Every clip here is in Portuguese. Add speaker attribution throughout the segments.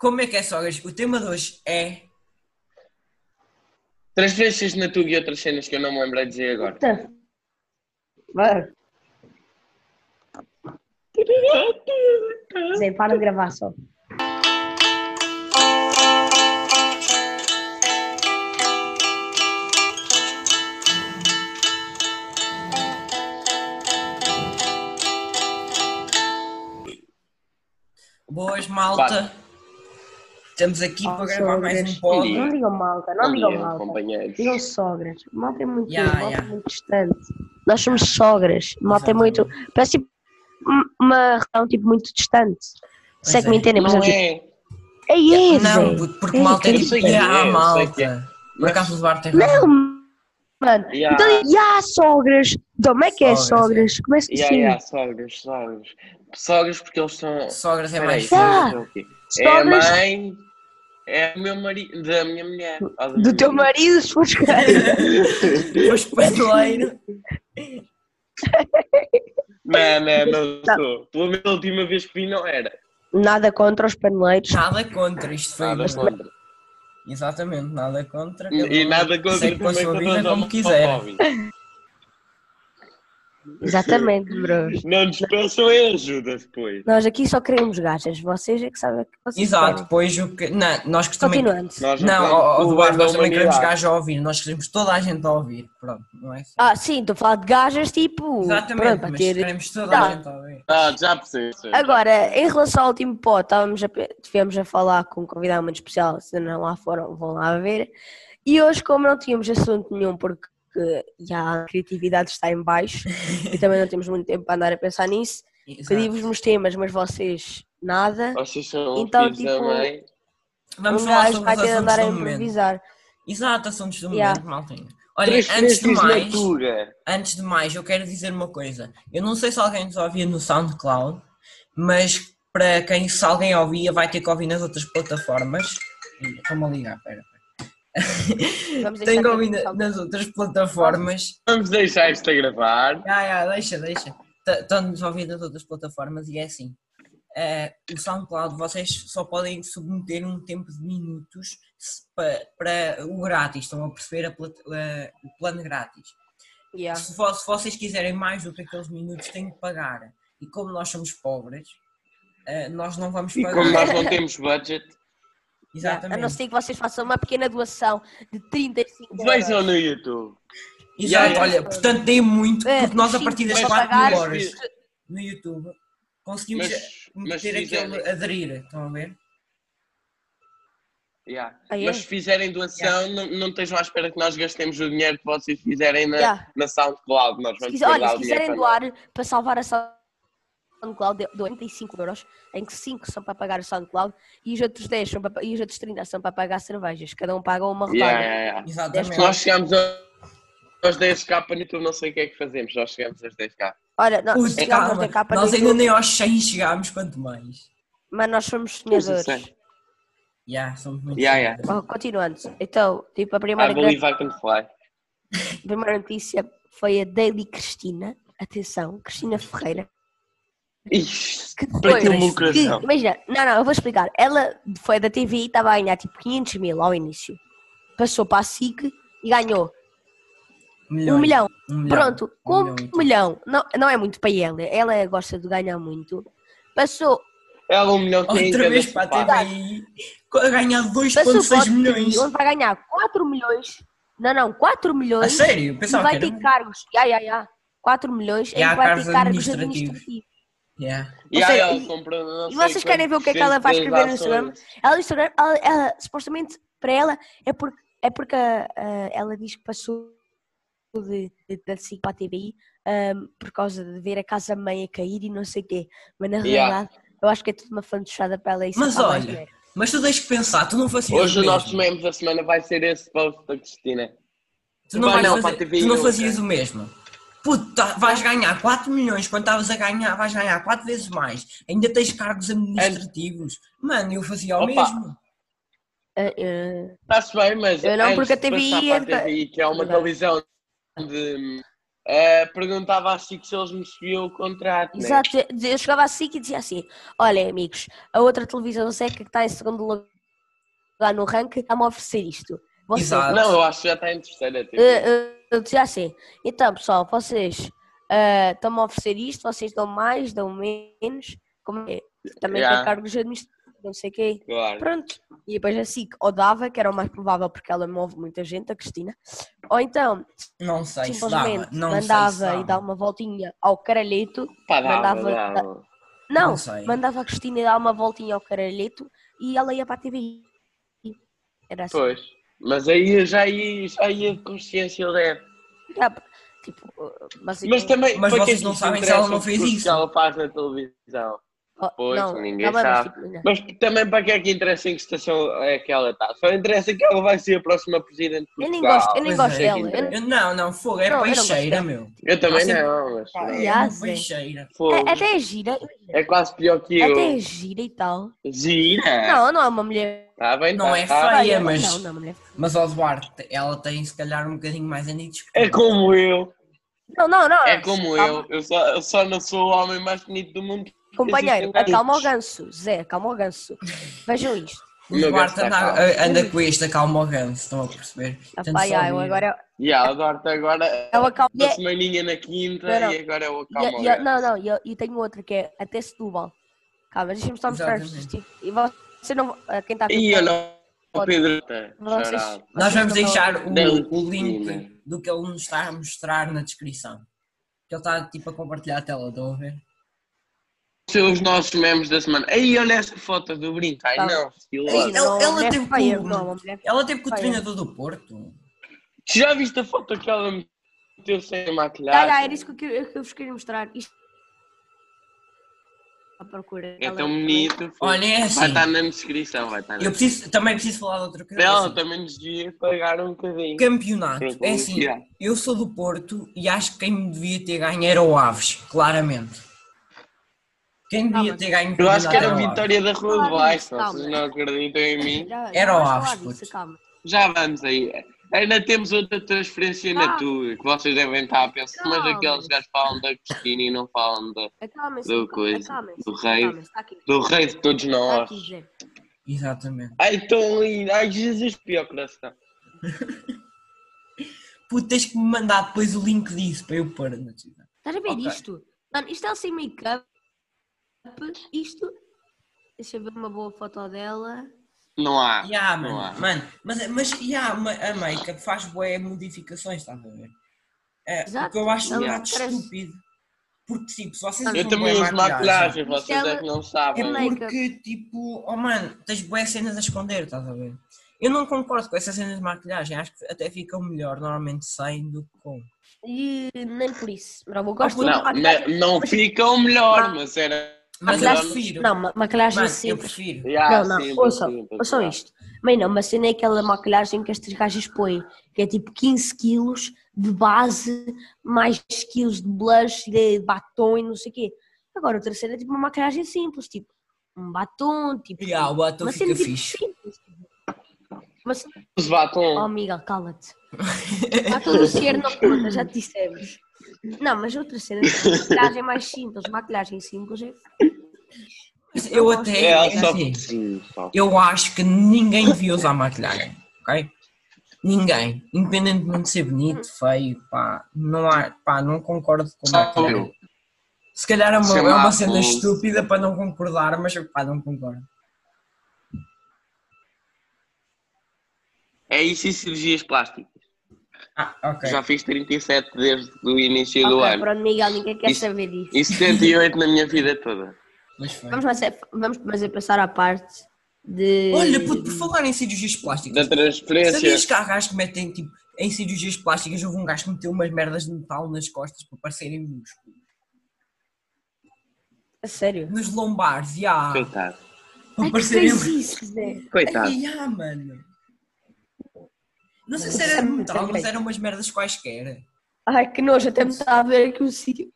Speaker 1: Como é que é, Sogas? O tema de hoje é.
Speaker 2: Transferências na Tug e outras cenas que eu não me lembro a dizer agora.
Speaker 3: Puta. Vai. Zé, para de gravar só.
Speaker 1: Boas, malta. Estamos aqui
Speaker 3: Oh,
Speaker 1: para gravar mais
Speaker 3: sogras.
Speaker 1: um pod.
Speaker 2: Sim.
Speaker 3: Não digam malta, não
Speaker 2: Bom
Speaker 3: digam
Speaker 2: dia,
Speaker 3: malta.
Speaker 2: companheiros.
Speaker 3: Digam sogras. Malta é muito,
Speaker 1: Ya,
Speaker 3: malta
Speaker 1: ya.
Speaker 3: é muito distante. Nós somos sogras. Malta é muito. Parece tipo um- uma relação tipo, muito distante. Se é
Speaker 1: Pois
Speaker 3: que me
Speaker 1: é.
Speaker 3: entendem, mas
Speaker 2: Não
Speaker 3: é tipo.
Speaker 2: é.
Speaker 3: Ei, é,
Speaker 1: Não,
Speaker 3: Zé.
Speaker 1: puto, porque
Speaker 3: Ei,
Speaker 1: malta é
Speaker 3: que
Speaker 1: tipo.
Speaker 2: sei que é,
Speaker 1: Ah,
Speaker 2: eu sei que é.
Speaker 1: malta. Por acaso o Duarte é tem
Speaker 3: Não,
Speaker 1: razão.
Speaker 3: mano.
Speaker 2: Ya.
Speaker 3: Então, e há sogras. Como é que é
Speaker 1: Sogras,
Speaker 3: sogras? Começa
Speaker 2: Yeah,
Speaker 3: assim.
Speaker 1: É,
Speaker 2: yeah, sogras, sogras. Sogras porque eles são.
Speaker 1: Sogras é
Speaker 2: Espera
Speaker 1: mais.
Speaker 2: aí,
Speaker 1: fixe.
Speaker 3: Ah.
Speaker 2: sogras é o quê? É a
Speaker 3: Sogras
Speaker 2: mãe. É o meu marido. Da minha mulher. ou do meu
Speaker 3: do teu marido, se fores caralho.
Speaker 1: Depois padoeiro.
Speaker 2: Não, não, não
Speaker 3: Tá.
Speaker 2: sou. Pelo menos a última vez que vi não era.
Speaker 3: Nada contra os paneleiros.
Speaker 1: Nada contra. Isto foi.
Speaker 2: Nada contra.
Speaker 1: Exatamente, nada contra. Cada
Speaker 2: E
Speaker 1: um
Speaker 2: nada contra
Speaker 1: Segue com a
Speaker 2: também
Speaker 1: sua
Speaker 2: contra
Speaker 1: vida
Speaker 2: os
Speaker 1: como quiser.
Speaker 2: homofóbicos.
Speaker 3: Exatamente, bros.
Speaker 2: Não nos peçam é ajuda depois.
Speaker 3: Nós aqui só queremos gajas, vocês é que sabem o que vocês
Speaker 1: Exato,
Speaker 3: querem.
Speaker 1: depois o que. Não, nós que também.
Speaker 3: Continuando.
Speaker 2: Nós
Speaker 1: Não,
Speaker 2: queremos
Speaker 1: ó, ó,
Speaker 2: o
Speaker 1: Duarte,
Speaker 2: bem
Speaker 1: nós
Speaker 2: da
Speaker 1: também queremos
Speaker 2: humanidade.
Speaker 1: gajo a ouvir. Nós queremos toda a gente a ouvir. Pronto, não é?
Speaker 3: Ah, sim, estou a falar de gajas tipo.
Speaker 1: Exatamente,
Speaker 3: pronto, para
Speaker 1: mas
Speaker 3: ter-
Speaker 1: queremos toda a
Speaker 3: Tá.
Speaker 1: gente a ouvir.
Speaker 2: Ah, já percebi. sim.
Speaker 3: Agora, em relação ao último pó, estávamos a, pe- tivemos a falar com um convidado muito especial, se não lá foram, vão lá ver. E hoje, como não tínhamos assunto nenhum, porque eh, já a criatividade está em baixo e também não temos muito tempo para andar a pensar nisso,
Speaker 1: Exato.
Speaker 3: pedimos-vos temas, mas vocês nada.
Speaker 2: Vocês são
Speaker 3: Então,
Speaker 2: filhos da
Speaker 3: tipo,
Speaker 2: mãe.
Speaker 1: Vamos
Speaker 3: um
Speaker 1: falar
Speaker 3: gajo
Speaker 1: sobre
Speaker 3: vai
Speaker 1: os
Speaker 3: ter de
Speaker 1: assuntos
Speaker 3: andar a
Speaker 1: do momento.
Speaker 3: improvisar.
Speaker 1: Exato, assuntos do
Speaker 3: Yeah.
Speaker 1: momento, maltinha. Olha, antes de
Speaker 2: Transferências na
Speaker 1: mais,
Speaker 2: Tuga.
Speaker 1: antes de mais, eu quero dizer uma coisa. Eu não sei se alguém nos ouvia no SoundCloud, mas para quem, se alguém ouvia, vai ter que ouvir nas outras plataformas. Ih, Estou-me a ligar, espera.
Speaker 3: Vamos deixar
Speaker 1: Tem que
Speaker 3: que-
Speaker 1: ouvir na- nas outras plataformas.
Speaker 2: Vamos deixar isto a gravar.
Speaker 1: Ah, yeah, deixa, deixa. Estão-nos ouvindo nas outras plataformas e é assim. Eh, o SoundCloud, vocês só podem submeter um tempo de minutos se- pa- para o grátis, estão a perceber a plat- eh, o plano grátis.
Speaker 3: Yeah.
Speaker 1: Se, vo- se vocês quiserem mais do que aqueles minutos, têm que pagar. E como nós somos pobres, eh, nós não vamos
Speaker 2: E
Speaker 1: pagar.
Speaker 3: é.
Speaker 2: como nós não temos budget,
Speaker 1: Exatamente.
Speaker 3: A não ser que vocês façam uma pequena doação de 35 euros.
Speaker 2: vejam no YouTube.
Speaker 1: Exato,
Speaker 2: Yeah, yeah.
Speaker 1: olha, portanto, deem muito,
Speaker 3: É,
Speaker 1: porque nós a
Speaker 3: sim,
Speaker 1: partir das
Speaker 3: mas
Speaker 1: 4
Speaker 3: pagar-
Speaker 1: mil horas no YouTube conseguimos
Speaker 2: Mas, mas se
Speaker 1: meter aquele
Speaker 2: fizerem,
Speaker 1: aderir, estão a ver?
Speaker 2: yeah.
Speaker 3: Ah, é?
Speaker 2: mas se fizerem doação, não, não estejam à espera que nós gastemos o dinheiro que vocês fizerem na,
Speaker 3: Yeah.
Speaker 2: na SoundCloud. Nós
Speaker 3: Se
Speaker 2: vamos
Speaker 3: quiser- olha,
Speaker 2: guardar
Speaker 3: se
Speaker 2: o dinheiro
Speaker 3: quiserem
Speaker 2: para
Speaker 3: doar para salvar a SoundCloud, dou 35 euros, em que 5 são para pagar o SoundCloud e os outros 10 são para, pa- e os outros 30 são para pagar cervejas. Cada um paga uma
Speaker 2: nós.
Speaker 3: rodada.
Speaker 2: Yeah, yeah, yeah.
Speaker 1: Exatamente.
Speaker 2: Se nós chegamos a- aos 10k para o YouTube, não sei o que é que fazemos. Nós chegamos aos 10k.
Speaker 3: Olha, não,
Speaker 1: Puta,
Speaker 3: se chegarmos
Speaker 1: calma,
Speaker 3: até cá para
Speaker 1: nós
Speaker 3: no
Speaker 1: ainda
Speaker 3: YouTube,
Speaker 1: nem aos 100 chegámos, quanto mais.
Speaker 3: mas nós somos
Speaker 2: Pois, eu
Speaker 3: sonhadores.
Speaker 2: sei.
Speaker 1: Yeah, somos muito Um
Speaker 2: Yeah, yeah.
Speaker 1: simples.
Speaker 3: Oh, continuando, então, tipo, a primeira,
Speaker 2: I
Speaker 3: grande-
Speaker 2: believe I can fly.
Speaker 3: a primeira notícia foi a Daily Cristina, atenção, Cristina Ferreira,
Speaker 2: Ixi,
Speaker 3: que foi,
Speaker 2: partiu-me o
Speaker 3: que-
Speaker 2: coração.
Speaker 3: imagina, não, não, eu vou explicar. Ela foi da TV e estava a ganhar tipo 500 mil ao início. Passou para a SIC e ganhou
Speaker 1: Milhões.
Speaker 3: um milhão.
Speaker 1: Um milhão.
Speaker 3: Pronto, com
Speaker 1: milhão e
Speaker 3: um
Speaker 1: tal.
Speaker 3: milhão. Não, não é muito para ela. Ela gosta de ganhar muito. Passou,
Speaker 2: Ela um milhão tem em
Speaker 1: Outra
Speaker 2: cada
Speaker 1: vez para
Speaker 2: sofá.
Speaker 1: a TVI, a ganhar
Speaker 3: passou
Speaker 1: 2.6
Speaker 3: votos
Speaker 1: milhões.
Speaker 3: e onde vai ganhar 4 milhões. Não, não, 4
Speaker 1: A
Speaker 3: milhões.
Speaker 1: sério?
Speaker 3: E
Speaker 1: Pensava
Speaker 3: vai
Speaker 1: que
Speaker 3: ter
Speaker 1: era...
Speaker 3: cargos. Ya, ya, ya. 4 milhões
Speaker 1: E há
Speaker 3: e vai
Speaker 1: cargos
Speaker 3: ter cargos
Speaker 1: administrativos.
Speaker 3: administrativos.
Speaker 1: Yeah.
Speaker 2: E
Speaker 3: Ou
Speaker 2: aí
Speaker 3: seja,
Speaker 2: ela
Speaker 3: e-
Speaker 2: comprou, não
Speaker 3: e
Speaker 2: sei
Speaker 3: vocês querem ver o que é que
Speaker 2: quantos
Speaker 3: ela vai
Speaker 2: cento
Speaker 3: escrever no
Speaker 2: das
Speaker 3: Instagram?
Speaker 2: ações.
Speaker 3: Ela no Instagram, ela, ela- supostamente para ela é porque, é porque ah, ah, ela diz que passou de, de, da SIC para a TVI ahm, por causa de ver a casa-mãe a cair e não sei o quê. Mas na
Speaker 2: Yeah.
Speaker 3: realidade, eu acho que é tudo uma fantochada para ela. e
Speaker 1: Mas
Speaker 3: sacar mais
Speaker 1: olha,
Speaker 3: dinheiro.
Speaker 1: Mas tu tens que pensar, tu não fazias
Speaker 2: Hoje
Speaker 1: o
Speaker 2: o
Speaker 1: mesmo.
Speaker 2: nosso meme da semana vai ser esse post da Cristina.
Speaker 1: Tu não,
Speaker 2: Vai
Speaker 1: vais fazer-
Speaker 2: não, para a TVI
Speaker 1: tu não
Speaker 2: não,
Speaker 1: fazias o mesmo. Puta, vais ganhar 4 milhões quando estavas a ganhar, vais ganhar 4 vezes mais. Ainda tens cargos administrativos. Mano, eu fazia o
Speaker 2: Opa.
Speaker 1: mesmo.
Speaker 3: Ah, ah,
Speaker 2: Está-se bem, mas.
Speaker 3: Eu não,
Speaker 2: antes
Speaker 3: porque a
Speaker 2: de
Speaker 3: TVI
Speaker 2: passar para
Speaker 3: entra-
Speaker 2: a TVI, que é uma
Speaker 3: Verdade.
Speaker 2: televisão de. eh, perguntava à SIC se eles me subiam o contrato. né?
Speaker 3: Exato, eu chegava assim e dizia assim: olhem, amigos, a outra televisão seca que está em segundo lugar no ranking está-me a oferecer isto. Vocês-
Speaker 1: Exato.
Speaker 2: Não, eu acho que já está em terceira. Tipo.
Speaker 3: Eh, eh, eu dizia assim: então, pessoal, vocês eh, estão-me a oferecer isto, vocês dão mais, dão menos, como é? Também
Speaker 2: Yeah.
Speaker 3: tem cargos administrativos, não sei o quê.
Speaker 2: Claro.
Speaker 3: Pronto. E depois assim, ou dava, que era o mais provável porque ela move muita gente, a Cristina, ou então
Speaker 1: Não sei se dava.
Speaker 3: simplesmente
Speaker 1: Não
Speaker 3: mandava
Speaker 1: sei se dava.
Speaker 3: e um- dava uma voltinha ao caralheto.
Speaker 2: Pá, dava,
Speaker 3: mandava-
Speaker 2: dava.
Speaker 3: Não,
Speaker 1: Não sei.
Speaker 3: mandava a Cristina dar uma voltinha ao caralheto e ela ia para a TV. Era assim.
Speaker 2: Pois. Mas aí eu já ia, já ia de consciência leve.
Speaker 3: Ah, tipo, basicamente-
Speaker 2: Mas também,
Speaker 1: Mas
Speaker 2: para que é
Speaker 1: vocês
Speaker 2: que
Speaker 1: não
Speaker 2: isso
Speaker 1: sabem se
Speaker 2: interessa
Speaker 1: ela não
Speaker 2: o
Speaker 1: fez
Speaker 2: discurso
Speaker 1: isso?
Speaker 2: que ela faz na televisão.
Speaker 3: Oh,
Speaker 2: Pois,
Speaker 3: não,
Speaker 2: ninguém
Speaker 3: tá bem, mas,
Speaker 2: sabe.
Speaker 3: tipo, não.
Speaker 2: Mas também para que é que interessa em que estação é que ela está? Só interessa que ela vai ser a próxima presidente de
Speaker 3: Eu
Speaker 2: Portugal.
Speaker 3: nem gosto- eu nem
Speaker 1: Pois
Speaker 3: gosto
Speaker 1: é.
Speaker 3: dela.
Speaker 2: Eu-
Speaker 1: Eu- não, não, fogo, é
Speaker 3: Não, eu não
Speaker 1: peixeira,
Speaker 3: gostei.
Speaker 1: meu.
Speaker 2: Eu também
Speaker 1: Nossa,
Speaker 2: não, mas
Speaker 1: Pá,
Speaker 2: pronto.
Speaker 1: é
Speaker 3: Yeah,
Speaker 1: uma
Speaker 3: Zé.
Speaker 1: peixeira.
Speaker 2: Fogo.
Speaker 3: É- Até é gira,
Speaker 2: É quase pior que eu.
Speaker 3: até é gira e tal.
Speaker 2: Gira!
Speaker 3: Não, não é uma mulher.
Speaker 2: Tá bem,
Speaker 1: Não
Speaker 2: tá,
Speaker 1: é
Speaker 2: tá.
Speaker 1: feia. Ah, é,
Speaker 3: Não,
Speaker 1: mas-
Speaker 3: Não, não é uma mulher.
Speaker 1: Mas ó Duarte, ela tem se calhar um bocadinho mais anitos. que
Speaker 2: É
Speaker 1: tu.
Speaker 2: como eu.
Speaker 3: Não, não, não.
Speaker 2: É como
Speaker 1: tá
Speaker 3: calma.
Speaker 2: eu. Eu só, eu só não sou o homem mais bonito do mundo.
Speaker 3: Companheiro,
Speaker 2: Existem
Speaker 3: acalma o
Speaker 2: vários.
Speaker 3: ganso. Zé, acalma o ganso. Vejam isto.
Speaker 2: O meu
Speaker 1: O Duarte
Speaker 2: gajo
Speaker 1: anda,
Speaker 2: está calmo.
Speaker 1: anda com este acalma ao ganso, estão a perceber? Tanto
Speaker 3: Apá,
Speaker 1: só
Speaker 3: ai, eu
Speaker 1: ouvir.
Speaker 3: agora é
Speaker 2: E a Duarte agora é
Speaker 3: eu acalmo.
Speaker 2: uma semaninha na quinta
Speaker 3: Não,
Speaker 2: e agora é o
Speaker 3: E-
Speaker 2: acalma.
Speaker 3: e-
Speaker 2: o ganso.
Speaker 3: não, não, e eu- e tenho outra que é até Setúbal. Calma, deixa-me só mostrar
Speaker 1: Exatamente.
Speaker 3: isto. tipo, E você não. ah, Quem está
Speaker 2: E eu não. O
Speaker 3: Pode-
Speaker 2: Pedro.
Speaker 3: Vocês-
Speaker 2: Chorado.
Speaker 1: Nós vamos
Speaker 3: vocês não vão-
Speaker 1: deixar o,
Speaker 2: Não,
Speaker 1: o link
Speaker 2: sim,
Speaker 1: do que ele nos está a mostrar na descrição. Que ele está tipo a compartilhar a tela, estão a ver?
Speaker 2: São os nossos memes da semana. Aí eu nessa foto do brinco. Ai
Speaker 3: Tá.
Speaker 2: não,
Speaker 1: Ei,
Speaker 2: estiloso.
Speaker 1: ela-
Speaker 3: não,
Speaker 1: ela
Speaker 3: mulher
Speaker 1: teve
Speaker 3: feia,
Speaker 1: com-
Speaker 3: não, é uma mulher-
Speaker 1: Ela teve com o
Speaker 3: Olha.
Speaker 1: treinador do Porto.
Speaker 2: Tu já viste a foto que ela meteu sem maquilhagem?
Speaker 3: Olha, era isso que eu, que- que eu vos queria mostrar. Isto. À procura.
Speaker 2: É
Speaker 3: Ela-
Speaker 2: tão bonito. pô.
Speaker 1: Olha, é assim.
Speaker 2: Vai estar na descrição, vai estar na
Speaker 1: Eu preciso, também preciso falar de outra coisa.
Speaker 2: Ela
Speaker 1: assim.
Speaker 2: também nos devia pagar um bocadinho.
Speaker 1: Campeonato.
Speaker 2: Pronto,
Speaker 1: É
Speaker 2: vou
Speaker 1: assim,
Speaker 2: tirar.
Speaker 1: eu sou do Porto e acho que quem me devia ter ganho era o Aves, claramente. Quem devia
Speaker 3: Ah, mas-
Speaker 1: ter ganho
Speaker 2: Eu acho que era a
Speaker 1: campeonato o Aves.
Speaker 2: vitória da Rua de
Speaker 3: Calma,
Speaker 2: Baixo.
Speaker 3: calma.
Speaker 2: Vocês não acreditam em mim?
Speaker 3: Já- já
Speaker 1: Era o
Speaker 3: vamos
Speaker 1: Aves,
Speaker 3: falar disso,
Speaker 1: puto.
Speaker 3: calma.
Speaker 2: Já vamos aí. Ainda temos outra transferência na
Speaker 3: Ah.
Speaker 2: tua, que vocês devem estar a pensar, mas
Speaker 3: Calma.
Speaker 2: aqueles gajos falam da Cristina e não falam da-
Speaker 3: Acalmem-se,
Speaker 2: Do
Speaker 3: acalmem-se,
Speaker 2: coisa,
Speaker 3: acalmem-se,
Speaker 2: do rei.
Speaker 3: acalmem-se, Está tá aqui.
Speaker 2: do rei de todos
Speaker 3: Está
Speaker 2: nós.
Speaker 3: aqui, Zé.
Speaker 1: Exatamente.
Speaker 2: Ai, tão lindo. Ai, Jesus, pior coração.
Speaker 1: Puto, tens que me mandar depois o link disso para eu pôr na cidade.
Speaker 3: Estás a ver
Speaker 1: Ok.
Speaker 3: isto? Mano, isto é sem make-up. Isto. Deixa eu ver uma boa foto dela.
Speaker 2: Não há.
Speaker 1: Yeah,
Speaker 2: Ah, não
Speaker 1: mano.
Speaker 2: há.
Speaker 1: mano, mas, mas yeah, ma- a make-up faz boé modificações, estás a ver? É,
Speaker 3: Exato.
Speaker 1: O que eu acho um
Speaker 2: Ela
Speaker 1: bocado
Speaker 3: parece-
Speaker 1: estúpido. Porque tipo, se vocês
Speaker 2: Eu
Speaker 1: usam
Speaker 2: também
Speaker 1: bué
Speaker 2: uso maquilhagem,
Speaker 3: Mas
Speaker 2: vocês é
Speaker 3: ela-
Speaker 2: que não sabem.
Speaker 3: ela
Speaker 1: É
Speaker 3: Make-up.
Speaker 1: porque tipo, oh mano, tens boé cenas a esconder, estás a ver? Eu não concordo com essas cenas de maquilhagem, acho que até ficam melhor normalmente sem do que com.
Speaker 3: E nem por isso. Bravo, eu gosto
Speaker 1: Ah,
Speaker 3: muito
Speaker 2: Não,
Speaker 3: de
Speaker 2: na-
Speaker 3: maquilhagem.
Speaker 2: não ficam melhor,
Speaker 3: Mas-
Speaker 2: mas era.
Speaker 1: Mas eu
Speaker 2: Maquilhagem-
Speaker 1: prefiro.
Speaker 3: Não, assim tipo ma- maquilhagem
Speaker 1: mano, eu
Speaker 3: simples.
Speaker 1: prefiro.
Speaker 2: Yeah,
Speaker 3: Não, não,
Speaker 2: sim,
Speaker 3: ouçam,
Speaker 2: sim, sim,
Speaker 3: ouçam
Speaker 2: sim.
Speaker 3: isto. Bem, não, mas cena é aquela maquilhagem que as gajas põem, que é tipo 15 quilos de base, mais quilos de blush, de batom e não sei o quê. Agora, o terceiro é tipo uma maquilhagem simples, tipo um batom, tipo.
Speaker 1: Yeah, o batom
Speaker 3: uma
Speaker 1: fica
Speaker 3: cena, tipo,
Speaker 1: fixe.
Speaker 3: simples, tipo. Uma cena-
Speaker 2: Os batom.
Speaker 3: Oh, amiga, cala-te. Batom do Sierra não conta, já te dissemos. Não, mas outra cena, tipo, maquilhagem mais simples, maquilhagem simples é.
Speaker 1: Mas Eu
Speaker 3: gosto.
Speaker 1: até.
Speaker 2: É, ela só
Speaker 1: assim,
Speaker 2: Sim, só.
Speaker 1: eu acho que ninguém devia usar maquilhagem, ok? Ninguém, independentemente de ser bonito, feio, pá, não, há, pá, não concordo com
Speaker 2: Só
Speaker 1: maquilhagem.
Speaker 2: eu.
Speaker 1: Se calhar é uma,
Speaker 2: Sei
Speaker 1: é
Speaker 2: lá,
Speaker 1: uma cena
Speaker 2: ou-
Speaker 1: estúpida para não concordar, mas pá, não concordo.
Speaker 2: É isso e cirurgias plásticas.
Speaker 1: Ah, ok.
Speaker 2: Já fiz 37 desde o início do
Speaker 3: Ok,
Speaker 2: ano.
Speaker 3: pronto, Miguel, ninguém quer
Speaker 2: Isso-
Speaker 3: saber disso.
Speaker 2: E 78 na minha vida toda.
Speaker 1: Mas foi.
Speaker 3: Vamos fazer, vamos fazer passar à parte de.
Speaker 1: Olha, puto, por falar em cirurgias plásticas,
Speaker 2: Da transferência.
Speaker 1: sabias que há gajos que metem tipo. Em cirurgias plásticas houve um gajo que meteu umas merdas de metal nas costas para parecerem músculo.
Speaker 3: A sério.
Speaker 1: Nos lombares, já.
Speaker 2: Coitado.
Speaker 3: Ai,
Speaker 1: Para
Speaker 3: que
Speaker 1: parecerem
Speaker 3: fez isso, Zé?
Speaker 2: Coitado.
Speaker 1: Ai, ah, mano. Não sei se era de metal, mas eram umas merdas quaisquer.
Speaker 3: Ai, que nojo, até me está a ver aqui o sítio.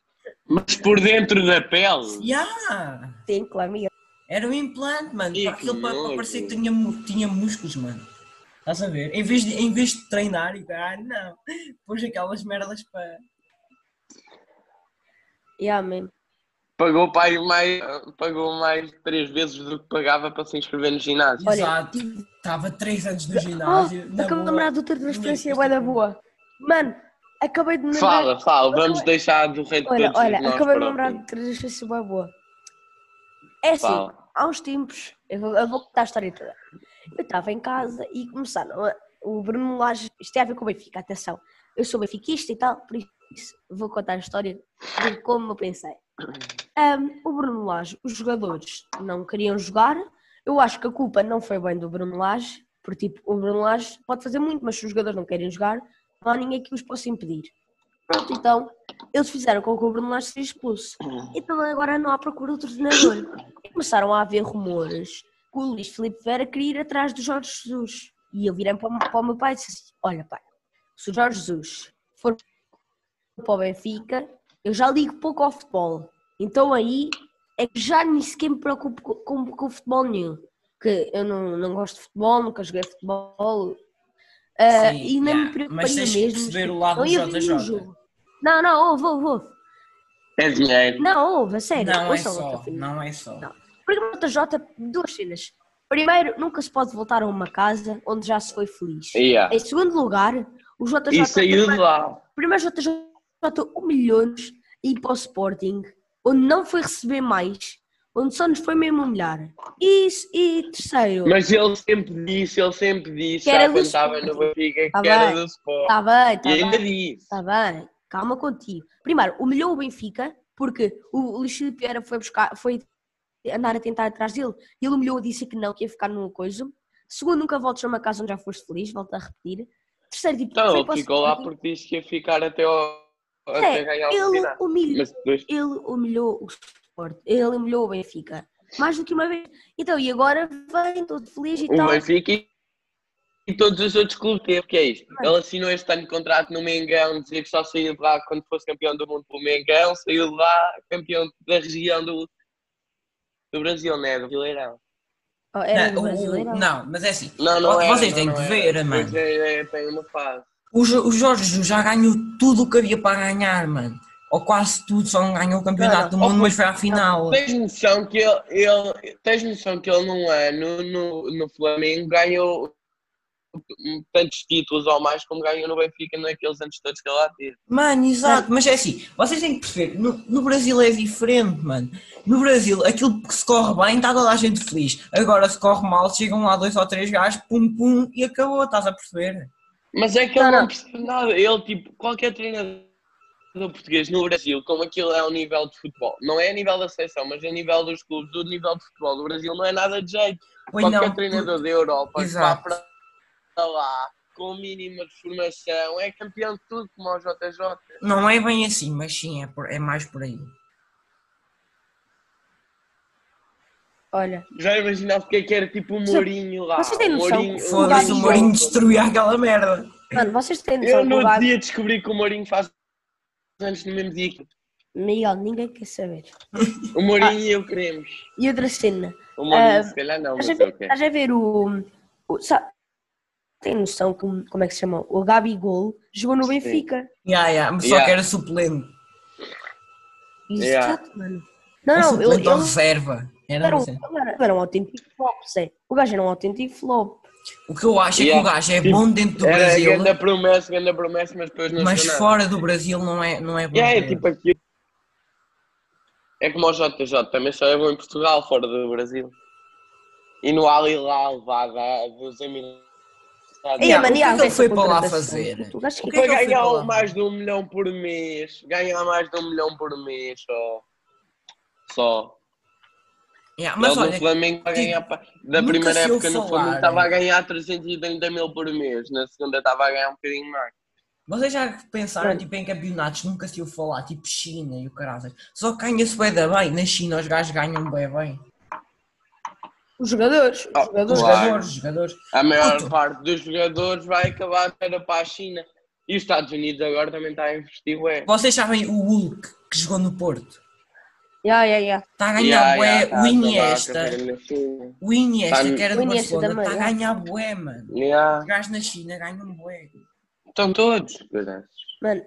Speaker 2: Mas por dentro da pele.
Speaker 1: Yeah.
Speaker 3: Tem, claro, Miguel.
Speaker 1: Era um implante, mano.
Speaker 2: Ih,
Speaker 1: Para
Speaker 2: que
Speaker 1: aquilo para, para
Speaker 2: nojo.
Speaker 1: parecer que tinha, mu- tinha músculos, mano. Estás ah, a ver? Em vez de, em vez de treinar e caralho, não. Pôs aquelas merdas para.
Speaker 3: Yeah, man.
Speaker 2: Pagou, pai, mais, pagou mais três vezes do que pagava para se inscrever no ginásio.
Speaker 3: Olha-
Speaker 1: Exato. Estava 3 anos no ginásio.
Speaker 3: Oh,
Speaker 1: Tá, na
Speaker 3: acabo de
Speaker 1: boa.
Speaker 3: lembrar de outra transferência
Speaker 1: Ninguém
Speaker 3: bué da
Speaker 1: fez
Speaker 3: boa. Mano, acabei de me lembrar.
Speaker 2: Fala, fala, vamos
Speaker 3: Olha,
Speaker 2: deixar do rei de
Speaker 3: Olha,
Speaker 2: todos
Speaker 3: olha,
Speaker 2: nós
Speaker 3: acabei de
Speaker 2: para o
Speaker 3: lembrar de
Speaker 2: fim.
Speaker 3: outra transferência bué boa. É assim,
Speaker 2: Fala.
Speaker 3: há uns tempos, eu vou, eu vou contar a história toda. Eu estava em casa e começaram a- o Bruno Lage, isto tem a ver com o Benfica, atenção. Eu sou benfiquista e tal, por isso vou contar a história de como eu pensei. Ahm, o Bruno Lage, os jogadores não queriam jogar. Eu acho que a culpa não foi bem do Bruno Lage, porque tipo, o Bruno Lage pode fazer muito, mas se os jogadores não querem jogar, não há ninguém que os possa impedir. Pronto, então, eles fizeram com que o Bruno Lage seja expulso. Então agora não há procura do treinador. E começaram a haver rumores que o Luís Filipe Vera queria ir atrás do Jorge Jesus. E eu virei para, o- para o meu pai e disse assim, olha pai, se o Jorge Jesus for para o Benfica, eu já ligo pouco ao futebol. Então aí é que já nem sequer me preocupo com, com, com futebol nenhum. Que eu não, não gosto de futebol, nunca joguei futebol. Ah,
Speaker 1: Sim,
Speaker 3: e nem
Speaker 1: yeah.
Speaker 3: me preocuparia
Speaker 1: Mas tens que
Speaker 3: mesmo.
Speaker 1: perceber o lado
Speaker 3: não
Speaker 1: do
Speaker 3: ia ver
Speaker 1: JJ.
Speaker 3: nenhum jogo. Não, não, ouve, ouve, ouve.
Speaker 2: É dinheiro.
Speaker 3: Não, ouve, a sério.
Speaker 1: Não é
Speaker 3: ouçam o
Speaker 1: só,
Speaker 3: teu filho.
Speaker 1: não é só.
Speaker 3: Não. Pergunta J, duas cenas. Primeiro, nunca se pode voltar a uma casa onde já se foi feliz.
Speaker 2: Yeah.
Speaker 3: Em segundo lugar, o JJ.
Speaker 2: E saiu de É. lá.
Speaker 3: Primeiro, o JJ humilhou-nos e ir para o Sporting, onde não foi receber mais, onde só nos foi mesmo humilhar. E, e terceiro,
Speaker 2: Mas ele sempre disse, ele sempre disse,
Speaker 3: Que era
Speaker 2: já quando
Speaker 3: do
Speaker 2: estava no
Speaker 3: Sporting.
Speaker 2: Benfica,
Speaker 3: Tá
Speaker 2: que era
Speaker 3: bem.
Speaker 2: do Sport.
Speaker 3: está Tá bem, está
Speaker 2: E ainda
Speaker 3: bem.
Speaker 2: disse.
Speaker 3: Está Tá bem, calma contigo. Primeiro, humilhou o Benfica porque o Luís Filipe Vieira foi buscar, foi andar a tentar atrás dele e ele humilhou, disse que não, que ia ficar numa coisa. Segundo, nunca voltes a uma casa onde já foste feliz, volto a repetir. Terceiro, tipo,
Speaker 2: Então,
Speaker 3: foi
Speaker 2: ele
Speaker 3: para o
Speaker 2: ficou lá
Speaker 3: Sporting.
Speaker 2: porque disse que ia ficar até, ao, até
Speaker 3: É,
Speaker 2: ganhar o
Speaker 3: ele
Speaker 2: campeonato.
Speaker 3: humilhou,
Speaker 2: Mas depois,
Speaker 3: ele humilhou o Sport, ele humilhou o Benfica. Mais do que uma vez. Então, e agora vem todo feliz e
Speaker 2: o
Speaker 3: tal.
Speaker 2: Um Benfica e, e todos os outros clubes teve, que é isto. Ele assinou este ano de contrato no Mengão, dizia que só saiu de lá quando fosse campeão do mundo pelo Mengão, saiu de lá campeão da região do, do Brasil, né? Do Brasileirão.
Speaker 3: Oh, era do
Speaker 1: Não, o-
Speaker 3: brasileiro.
Speaker 1: não, mas é assim.
Speaker 2: Não, não é.
Speaker 1: vocês
Speaker 2: não,
Speaker 1: têm
Speaker 2: não
Speaker 1: que
Speaker 2: era.
Speaker 1: ver,
Speaker 2: Depois
Speaker 1: mano.
Speaker 2: é- é- Tem uma fase.
Speaker 1: O, Jo- o Jorge Jesus já ganhou tudo o que havia para ganhar, mano. Ou quase tudo, só não ganhou o campeonato
Speaker 2: Não, não.
Speaker 1: do mundo, mas foi à final.
Speaker 2: Tens noção que ele, ele, tens noção que ele num ano no, no Flamengo ganhou tantos títulos ou mais como ganhou no Benfica naqueles anos todos que ele lá teve.
Speaker 3: Tá.
Speaker 1: Mano, exato, mas é assim, vocês têm que perceber, no, no Brasil é diferente, mano. No Brasil, aquilo que se corre bem, está toda a gente feliz. Agora, se corre mal, chegam lá dois ou três gajos, pum pum, e acabou, estás a perceber?
Speaker 2: Mas é que ele
Speaker 3: Não,
Speaker 2: não,
Speaker 3: não.
Speaker 2: percebe nada. Ele, tipo, qualquer treinador português no Brasil, como aquilo é ao nível de futebol, não é a nível da seleção, mas a nível dos clubes, do nível de futebol do Brasil, não é nada de jeito.
Speaker 1: Pois
Speaker 2: qualquer
Speaker 1: não,
Speaker 2: treinador da Europa que vá
Speaker 1: Exato.
Speaker 2: para lá com a mínima de formação é campeão de tudo, como o JJ.
Speaker 1: não é bem assim, mas sim, é, por- é mais por aí.
Speaker 3: Olha,
Speaker 2: Já imaginava o que é que era tipo o Mourinho lá.
Speaker 3: Vocês têm noção
Speaker 2: Mourinho-
Speaker 3: que o
Speaker 1: Foda-se, o
Speaker 3: Gabriel-
Speaker 1: Mourinho destruía aquela merda.
Speaker 3: mano, vocês têm noção
Speaker 2: Eu
Speaker 3: que o
Speaker 2: no
Speaker 3: Gago-
Speaker 2: dia descobri que o Mourinho faz anos no mesmo dia. que-
Speaker 3: Miguel, ninguém quer saber.
Speaker 2: O Mourinho e eu queremos.
Speaker 3: E outra cena,
Speaker 2: O Mourinho
Speaker 3: Ah,
Speaker 2: se calhar não, mas é
Speaker 3: Estás a
Speaker 2: eu
Speaker 3: ver,
Speaker 2: quero.
Speaker 3: estás a ver o. o sa- tem noção como, como é que se chama? O Gabigol jogou no
Speaker 2: Sim.
Speaker 3: Benfica.
Speaker 1: Yeah, yeah, mas só
Speaker 2: Yeah.
Speaker 1: que era suplente.
Speaker 2: Yeah.
Speaker 3: Exato, mano. Não,
Speaker 1: Um
Speaker 3: não, ele,
Speaker 1: suplente ou
Speaker 3: ele
Speaker 1: reserva. Era
Speaker 3: era, um,
Speaker 1: assim.
Speaker 3: ele era um autêntico flop, sei. O gajo era um autêntico flop.
Speaker 1: O que eu acho é que
Speaker 2: Yeah.
Speaker 1: o gajo é
Speaker 2: Tipo,
Speaker 1: bom dentro do
Speaker 2: Era
Speaker 1: Brasil,
Speaker 2: grande promessa, grande promessa, mas depois não
Speaker 1: mas
Speaker 2: sou nada.
Speaker 1: fora do Brasil não é, não é bom.
Speaker 2: Yeah, é
Speaker 1: jogador.
Speaker 2: tipo aquilo. É como o JJ, também só é bom em Portugal, fora do Brasil. E no Al Hilal, vá, vá, dos Emirados.
Speaker 3: Ei,
Speaker 1: Yeah,
Speaker 3: mano,
Speaker 1: o
Speaker 3: e
Speaker 1: que
Speaker 3: há
Speaker 1: é que ele
Speaker 3: essa
Speaker 1: foi para lá
Speaker 3: contratação?
Speaker 1: fazer?
Speaker 3: Puto, O gajo que-
Speaker 1: que é
Speaker 2: Para
Speaker 1: que ele foi para
Speaker 2: ganhar
Speaker 1: lá?
Speaker 2: mais de um milhão por mês. Ganhar mais de um milhão por mês, só. Só.
Speaker 1: Yeah,
Speaker 2: Mas
Speaker 1: mas
Speaker 2: ele do
Speaker 1: olha,
Speaker 2: Flamengo vai
Speaker 1: tipo,
Speaker 2: ganhar. pa- Da
Speaker 1: nunca
Speaker 2: primeira
Speaker 1: se ouve
Speaker 2: época
Speaker 1: falar. né?
Speaker 2: no Flamengo estava a ganhar 330 mil por mês. Na segunda estava a ganhar um bocadinho mais.
Speaker 1: vocês já pensaram tipo, em campeonatos, nunca se ouve falar, tipo China e o caralho. Só que ganha-se bem da bem, na China os gajos ganham bem bem.
Speaker 3: Os jogadores. Os
Speaker 2: Ah,
Speaker 1: Os
Speaker 3: jogadores.
Speaker 2: claro.
Speaker 1: jogadores, os jogadores.
Speaker 2: A maior
Speaker 1: Puto.
Speaker 2: parte dos jogadores vai acabar para para a China. E os Estados Unidos agora também está a investir, ué.
Speaker 1: Vocês sabem o Hulk que jogou no Porto?
Speaker 3: Yeah, yeah, yeah.
Speaker 1: Está a
Speaker 2: Ya,
Speaker 1: ganhar
Speaker 2: ya,
Speaker 1: bué,
Speaker 2: tá,
Speaker 1: o
Speaker 2: tá lá,
Speaker 1: Iniesta,
Speaker 2: tá na China.
Speaker 1: o Iniesta
Speaker 2: Tá-
Speaker 1: que era
Speaker 3: O
Speaker 1: do
Speaker 3: Iniesta
Speaker 1: Barcelona,
Speaker 3: também,
Speaker 1: está a
Speaker 3: é.
Speaker 1: ganhar bué, mano.
Speaker 2: Ya.
Speaker 1: Os um gajos na China ganham bué.
Speaker 2: Estão todos. pois é.
Speaker 3: Mano,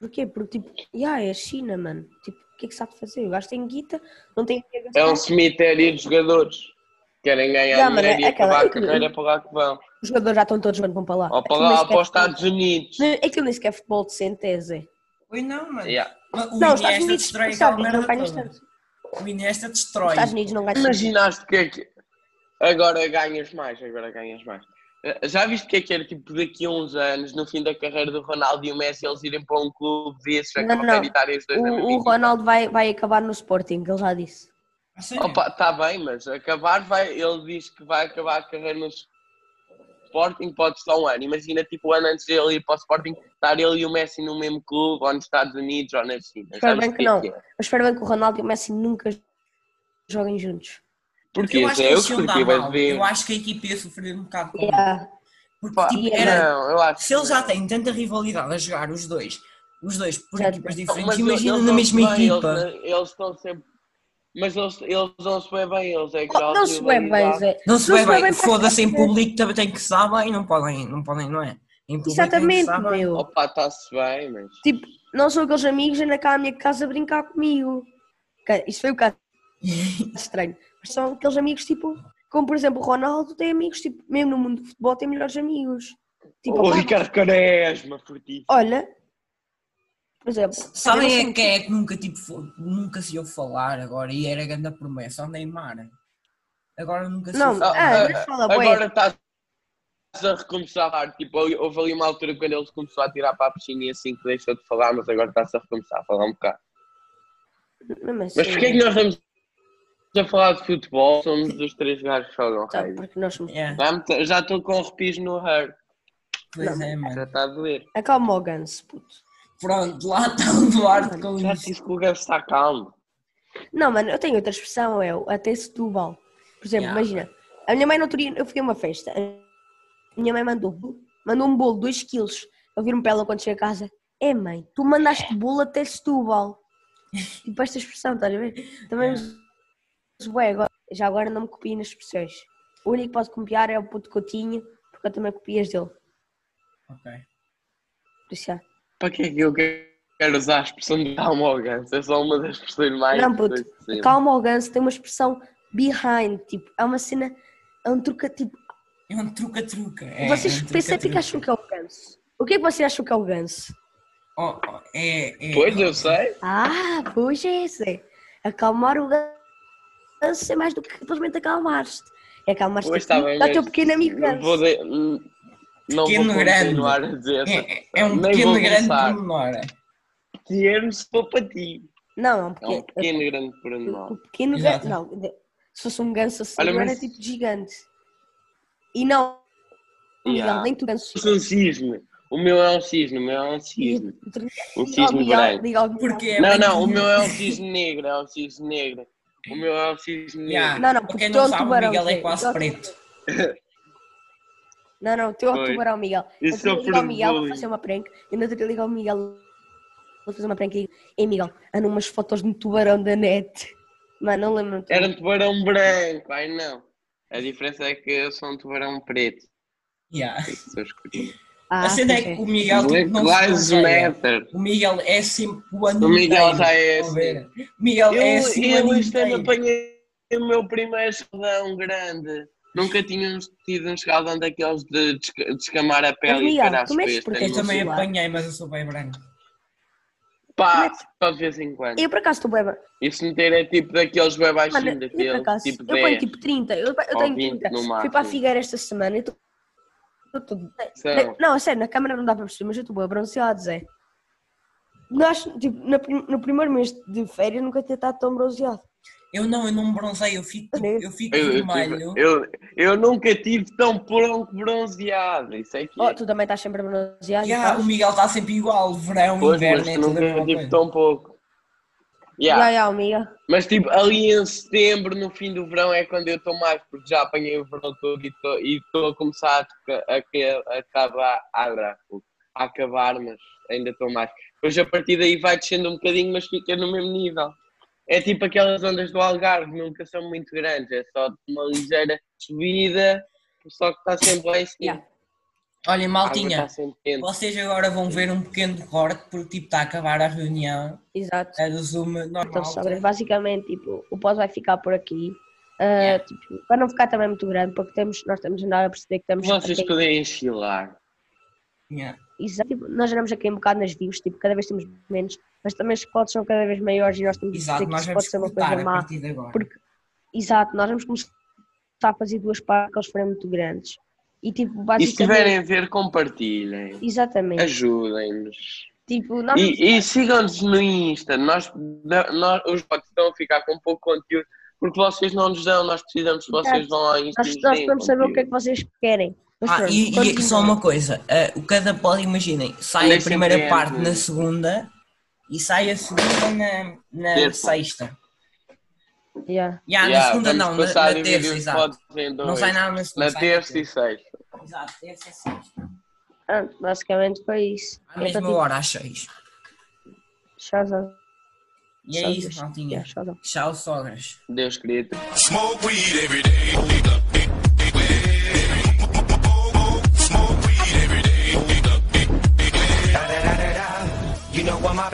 Speaker 3: Porquê? Porque, tipo, yeah, é a China, mano. Tipo, o que é que sabe fazer? O gajo tem guita, não tem...
Speaker 2: É um cemitério de jogadores. Querem ganhar
Speaker 3: Yeah, mano,
Speaker 2: dinheiro e
Speaker 3: é aquela-
Speaker 2: acabar a carreira para lá que vão.
Speaker 3: Os jogadores já estão todos, mano, vão para lá.
Speaker 2: Ou para
Speaker 3: Aquilo
Speaker 2: lá,
Speaker 3: nem
Speaker 2: ou
Speaker 3: sequer
Speaker 2: para os
Speaker 3: é futebol.
Speaker 2: Estados Unidos.
Speaker 3: Aquilo nem sequer é futebol de centese.
Speaker 1: Oi, não, mano.
Speaker 2: Yeah.
Speaker 1: Mas O
Speaker 3: Não, os Estados
Speaker 1: Iniesta
Speaker 3: Unidos,
Speaker 1: destrói aquela
Speaker 3: sabe, não
Speaker 1: merda
Speaker 3: ganhas
Speaker 1: toda.
Speaker 3: tanto. Os
Speaker 1: O Iniesta destrói.
Speaker 3: Estados Unidos não ganham tanto.
Speaker 2: Imaginaste que é que. Agora ganhas mais, agora ganhas mais. Já viste o que é que era tipo daqui a uns anos, no fim da carreira do Ronaldo e o Messi, eles irem para um clube desses, já
Speaker 3: Não,
Speaker 2: que
Speaker 3: não.
Speaker 2: acreditarem os dois na mesma
Speaker 3: O, o
Speaker 2: equipa?
Speaker 3: Ronaldo vai, vai acabar no Sporting, ele já disse.
Speaker 1: A Ah, sério?
Speaker 2: Opa, está bem, mas acabar vai. Ele diz que vai acabar a carreira no Sporting, pode só um ano. Imagina, tipo, um ano antes dele ir para o Sporting, estar ele e o Messi no mesmo clube, ou nos Estados Unidos, ou na China.
Speaker 3: Espero
Speaker 2: Sabes
Speaker 3: bem
Speaker 2: o
Speaker 3: que
Speaker 2: é
Speaker 3: não.
Speaker 2: é?
Speaker 3: Mas espero bem que o Ronaldo e o Messi nunca joguem juntos.
Speaker 2: Porque
Speaker 1: Eu acho
Speaker 2: isso
Speaker 1: que
Speaker 2: é eu
Speaker 1: eles
Speaker 2: que
Speaker 1: iam dar
Speaker 2: curti, mas
Speaker 1: mal.
Speaker 2: ver.
Speaker 1: Eu acho que a equipe ia sofrer um bocado com isso.
Speaker 3: Yeah.
Speaker 1: Porque
Speaker 2: Pá,
Speaker 1: tipo,
Speaker 3: Yeah.
Speaker 1: era,
Speaker 2: Não, eu acho.
Speaker 1: se eles já têm tanta rivalidade a jogar os dois, os dois por
Speaker 3: Já-
Speaker 1: equipas
Speaker 2: Não,
Speaker 1: diferentes,
Speaker 2: mas
Speaker 1: imagina
Speaker 2: eles
Speaker 1: na
Speaker 2: não se
Speaker 1: mesma
Speaker 2: bem,
Speaker 1: equipa.
Speaker 2: Eles, eles estão sempre. Mas eles, eles não se bem bem, eles é que
Speaker 3: Oh, não se vê bem, Zé.
Speaker 1: Não se vê bem,
Speaker 3: para-
Speaker 1: foda-se em público, também tem que se dar bem, não podem, não podem, não é? Em público tem que se
Speaker 3: Exatamente,
Speaker 1: dar bem.
Speaker 3: meu.
Speaker 2: Opa, está-se bem, mas.
Speaker 3: Tipo, não são aqueles amigos ainda cá à minha casa a brincar comigo. Ca- Isso foi um bocado estranho. Mas são aqueles amigos, tipo, como por exemplo o Ronaldo tem amigos, tipo, mesmo no mundo do futebol tem melhores amigos. Tipo,
Speaker 2: o
Speaker 1: Oh,
Speaker 3: opá,
Speaker 2: Ricardo Quaresma, furtivo.
Speaker 3: olha, por exemplo,
Speaker 1: Sabem
Speaker 3: eu
Speaker 1: é
Speaker 3: não
Speaker 1: quem é que nunca, tipo, fo- nunca se ouve falar agora e era grande promessa? O Neymar. Agora nunca se
Speaker 3: Não,
Speaker 1: ouve
Speaker 3: ah,
Speaker 1: falar.
Speaker 3: mas fala, bué.
Speaker 2: agora estás a recomeçar. Tipo, houve ali uma altura quando ele se começou a tirar para a piscina e assim que deixou de falar, mas agora está-se a recomeçar a falar um bocado.
Speaker 3: sei. Mesmo assim,
Speaker 2: Mas porquê é que nós estamos a falar de futebol? Somos os três gajos que jogam
Speaker 3: tá,
Speaker 2: rugby.
Speaker 3: porque nós somos.
Speaker 1: Yeah,
Speaker 2: Já me- Já estou com arrepios no heart,
Speaker 1: pois é, mano.
Speaker 2: já está a doer.
Speaker 3: Acalma o Gans, puto.
Speaker 1: Pronto, lá está o Duarte com
Speaker 2: Já
Speaker 1: isso.
Speaker 2: disse que o Gabi está calmo.
Speaker 3: Não, mano, eu tenho outra expressão, é o até Setúbal. Por exemplo,
Speaker 1: Yeah.
Speaker 3: imagina, a minha mãe no outro dia, eu fui a uma festa, a minha mãe mandou, mandou um bolo, 2 quilos, eu vi-me para ela quando cheguei a casa, é mãe, tu mandaste bolo até Setúbal. Tipo esta expressão, estás a ver? Também uso bué agora. já agora não me copiem nas expressões. O único que posso copiar é o puto Coutinho, porque eu também copiei as dele. Por
Speaker 1: Ok.
Speaker 3: isso, já.
Speaker 2: Para que é que eu quero usar a expressão de calma ao ganso? É só uma das expressões mais.
Speaker 3: Não, puto, é
Speaker 2: assim.
Speaker 3: calma ao ganso, tem uma expressão behind, tipo, é uma cena, é um truque, tipo,
Speaker 1: É um truca-truca. É,
Speaker 3: Vocês
Speaker 1: é um
Speaker 3: pensam o que é que
Speaker 1: truca-truca.
Speaker 3: acham que é o ganso? O que é que vocês acham que é o ganso?
Speaker 1: Oh, oh, é, é-
Speaker 2: Pois, eu sei.
Speaker 3: Ah, pois é esse. Acalmar o ganso é mais do que simplesmente acalmar-te. É acalmar-te
Speaker 2: Pois está bem.
Speaker 3: ao teu
Speaker 2: mas
Speaker 3: pequeno amigo é.
Speaker 2: não vou
Speaker 3: ganso.
Speaker 2: de- n- Não
Speaker 1: Pequeno
Speaker 2: vou
Speaker 1: grande.
Speaker 2: continuar a dizer.
Speaker 1: É, é um
Speaker 2: Nem
Speaker 1: pequeno
Speaker 2: vou
Speaker 1: grande
Speaker 2: começar.
Speaker 1: pormenor.
Speaker 2: Pequeno se for para ti.
Speaker 3: Não, é um
Speaker 2: É um
Speaker 3: pequeno,
Speaker 2: pequeno grande para
Speaker 3: o
Speaker 2: nós.
Speaker 3: pequeno
Speaker 1: Exato.
Speaker 3: ganso. Não, de- se fosse um ganso assim,
Speaker 2: Olha,
Speaker 3: eu era
Speaker 2: mas-
Speaker 3: tipo gigante. E não, Miguel,
Speaker 2: Yeah.
Speaker 3: nem tu ganso.
Speaker 2: Isso é um cisne. O meu é um cisne, o meu é um cisne. Um cisne branco.
Speaker 1: Porque-
Speaker 2: Não, não, o meu é um cisne negro, é um cisne negro. O meu é um cisne
Speaker 1: Yeah.
Speaker 2: negro.
Speaker 3: Não, não,
Speaker 1: Para
Speaker 3: porque
Speaker 1: quem
Speaker 3: tu é
Speaker 1: não
Speaker 3: um
Speaker 1: sabe, o
Speaker 3: tubarão,
Speaker 1: Miguel é
Speaker 3: Zé. Tu é
Speaker 1: quase
Speaker 3: um
Speaker 1: preto.
Speaker 3: Não, não, o teu é o
Speaker 2: Foi.
Speaker 3: tubarão, Miguel.
Speaker 2: Isso
Speaker 3: eu tenho
Speaker 2: é
Speaker 3: que ligar ao
Speaker 2: por
Speaker 3: Miguel vou
Speaker 2: bullying.
Speaker 3: fazer uma prank. Eu não tenho que ligar ao Miguel. Vou fazer uma prank e digo: Ei, Miguel, andam umas fotos de um tubarão da net. Mano, não lembro. muito
Speaker 2: Era
Speaker 3: bem.
Speaker 2: um tubarão branco, ai não. A diferença é que eu sou um tubarão preto.
Speaker 1: Yeah.
Speaker 2: Sou escurinho.
Speaker 3: Ah,
Speaker 1: a cena é
Speaker 3: pois é.
Speaker 1: que o Miguel tipo, não
Speaker 2: Black
Speaker 1: se
Speaker 2: Lives
Speaker 1: consegue.
Speaker 2: Matter.
Speaker 1: O Miguel é sempre o ano
Speaker 2: O Miguel já
Speaker 1: inteiro,
Speaker 2: é
Speaker 1: estão a ver? O Miguel é
Speaker 2: Eu,
Speaker 1: assim
Speaker 2: eu
Speaker 1: o ano
Speaker 2: este ano
Speaker 1: inteiro.
Speaker 2: apanhei o meu primeiro escaldão grande. Nunca tínhamos tido um escaldão daqueles de desca- descamar a pele
Speaker 3: Miguel,
Speaker 2: e caralho.
Speaker 3: como é que
Speaker 2: foi este
Speaker 3: explica-
Speaker 2: ano.
Speaker 1: Eu também
Speaker 3: Sei lá.
Speaker 1: apanhei, mas eu sou bem branco.
Speaker 2: Pá,
Speaker 3: como é
Speaker 2: para de vez em quando.
Speaker 3: Eu por acaso estou bem. Mano,
Speaker 2: E se meter é tipo daqueles bem
Speaker 3: eu
Speaker 2: baixinhos,
Speaker 3: por
Speaker 2: daqueles
Speaker 3: acaso.
Speaker 2: tipo
Speaker 3: eu ponho
Speaker 2: 10.
Speaker 3: tipo 30. Eu, eu
Speaker 2: ou
Speaker 3: tenho
Speaker 2: 20
Speaker 3: 30.
Speaker 2: no
Speaker 3: Fui
Speaker 2: máximo.
Speaker 3: para a Figueira esta semana e estou. estou todo-
Speaker 2: São-
Speaker 3: Não, a sério, na câmara não dá para perceber, mas eu estou bem bronzeado, Zé. Nós, tipo, na prim- no primeiro mês de férias nunca tinha estado tão bronzeado.
Speaker 1: Eu não, eu não me bronzeio, eu fico, tipo, eu fico
Speaker 2: Eu, eu,
Speaker 1: vermelho.
Speaker 2: tive- eu, eu nunca tive tão bron- bronzeado. Isso é que
Speaker 3: Oh,
Speaker 2: é.
Speaker 3: tu também estás sempre bronzeado. e
Speaker 1: Yeah,
Speaker 3: estás?
Speaker 1: ah, o Miguel está sempre igual, verão,
Speaker 2: Pois,
Speaker 1: inverno,
Speaker 3: né?
Speaker 2: mas
Speaker 1: é tudo a mesma
Speaker 2: nunca tive
Speaker 1: coisa.
Speaker 2: tão pouco. Yeah.
Speaker 3: Já, já, amiga.
Speaker 2: Mas tipo, ali em setembro, no fim do verão, é quando eu estou mais, porque já apanhei o verão todo e estou- e estou a começar a, toca- a, que- a acabar, a, a acabar, mas ainda estou mais. Depois a partir daí vai descendo um bocadinho, mas fica no mesmo nível. É tipo aquelas ondas do Algarve, nunca são muito grandes, é só uma ligeira subida, só que está sempre lá em cima.
Speaker 3: Yeah.
Speaker 1: Olha,
Speaker 2: água
Speaker 1: maltinha,
Speaker 3: tá
Speaker 2: está sempre quente.
Speaker 1: vocês agora vão ver um pequeno corte, porque tipo está a acabar a reunião,
Speaker 3: Exato.
Speaker 1: é do Zoom normal. né?
Speaker 3: Então, sobras, basicamente, tipo, o pós vai ficar por aqui. Ah,
Speaker 1: Yeah.
Speaker 3: tipo, para não ficar também muito grande, porque temos, nós estamos a andar a perceber que estamos. a
Speaker 2: Vocês
Speaker 3: cair-
Speaker 2: podem enchilar.
Speaker 1: Yeah.
Speaker 3: Exato, tipo, nós andamos a cair um bocado nas views, tipo, cada vez temos menos, mas também os spots são cada vez maiores e nós temos a
Speaker 1: Exato,
Speaker 3: perceber que
Speaker 1: nós
Speaker 3: isso
Speaker 1: vamos
Speaker 3: pode ser uma
Speaker 1: cortar
Speaker 3: coisa
Speaker 1: a
Speaker 3: má.
Speaker 1: partir de agora.
Speaker 3: porque- Exato, nós vamos começar a fazer duas partes que eles forem muito grandes. E tipo,
Speaker 2: E se
Speaker 3: basicamente.
Speaker 2: tiverem a ver, compartilhem.
Speaker 3: Exatamente.
Speaker 2: Ajudem-nos.
Speaker 3: Tipo, nós vamos-
Speaker 2: E, e sigam-nos no Insta. Nós, nós, os bots estão a ficar com pouco conteúdo porque vocês não nos dão, nós precisamos que vocês vão lá ao Insta. e
Speaker 3: nós,
Speaker 2: nos
Speaker 3: nós
Speaker 2: deem
Speaker 3: podemos saber o que
Speaker 2: conteúdo.
Speaker 3: é que vocês querem. Mas
Speaker 1: Ah,
Speaker 3: pronto,
Speaker 1: e, e só
Speaker 3: continuem.
Speaker 1: uma coisa, eh, o cada pod, imaginem, sai a
Speaker 2: Deixem
Speaker 1: primeira
Speaker 2: quieto.
Speaker 1: parte na segunda e sai a segunda na, na
Speaker 2: Terça.
Speaker 1: sexta.
Speaker 3: Yeah.
Speaker 1: Já, na
Speaker 2: Yeah,
Speaker 1: segunda
Speaker 2: vamos
Speaker 1: não, na,
Speaker 2: passar
Speaker 1: na
Speaker 2: e dividir
Speaker 1: terça,
Speaker 2: os
Speaker 1: exato.
Speaker 2: pods em
Speaker 1: Não
Speaker 2: dois.
Speaker 1: sai nada na segunda.
Speaker 2: Na
Speaker 1: sai
Speaker 2: terça e sexta.
Speaker 1: Exato, terça e sexta.
Speaker 3: Pronto, basicamente foi isso. É
Speaker 1: À mesma hora, às seis.
Speaker 3: Tchauzão.
Speaker 1: E é isso, maltinha.
Speaker 3: Yeah, tchauzão.
Speaker 1: Tchau, sogras.
Speaker 2: Deus querido.
Speaker 4: Smoke weed every day.